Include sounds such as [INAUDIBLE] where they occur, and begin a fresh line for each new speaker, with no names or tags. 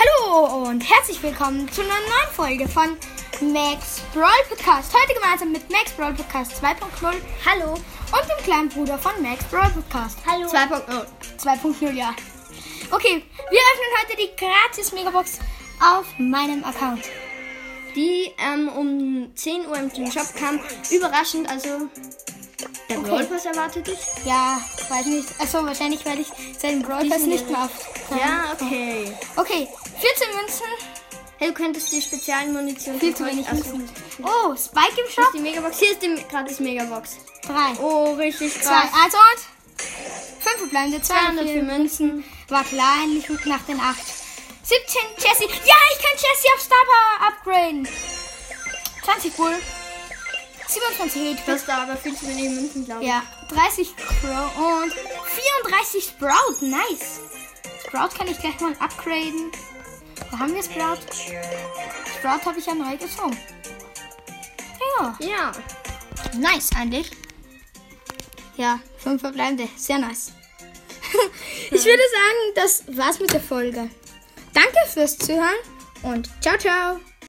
Hallo und herzlich willkommen zu einer neuen Folge von Max Brawl Podcast. Heute gemeinsam mit Max Brawl Podcast 2.0
Hallo.
und dem kleinen Bruder von Max Brawl Podcast.
Hallo.
2.0.
Oh.
2.0, ja. Okay, wir öffnen heute die gratis Megabox auf meinem Account.
Die ähm, um 10 Uhr im Team Shop kam. Überraschend, also der
Okay.
Brawl Pass erwartet dich.
Ja, weiß nicht. Achso, wahrscheinlich werde ich seinen Brawl Pass
Diesen
nicht mehr auf.
Ja, okay.
Okay, 14 Münzen.
Hey, du könntest die Spezialmunition
Viel zu wenig
also,
Münzen. Oh, Spike im
Hier ist
Shop.
die Megabox. Hier ist die gratis Megabox.
3, 2,
Oh, richtig krass.
1 Also und 5 verbleibende 204
204 Münzen.
War klar, endlich gut nach den 8. 17 Jessie. Ja, ich kann Jessie auf Star Power upgraden. 20 Bull. 27 Hit.
Das da aber viel zu wenig Münzen, glaube ich.
Ja, 30 Crow und 34 Sprout. Nice. Sprout kann ich gleich mal upgraden. Wo haben wir Sprout? Sprout habe ich ja neu gezogen. Ja.
Ja.
Nice eigentlich. Ja, fünf verbleibende. Sehr nice. [LAUGHS] ich würde sagen, das war's mit der Folge. Danke fürs Zuhören und ciao, ciao.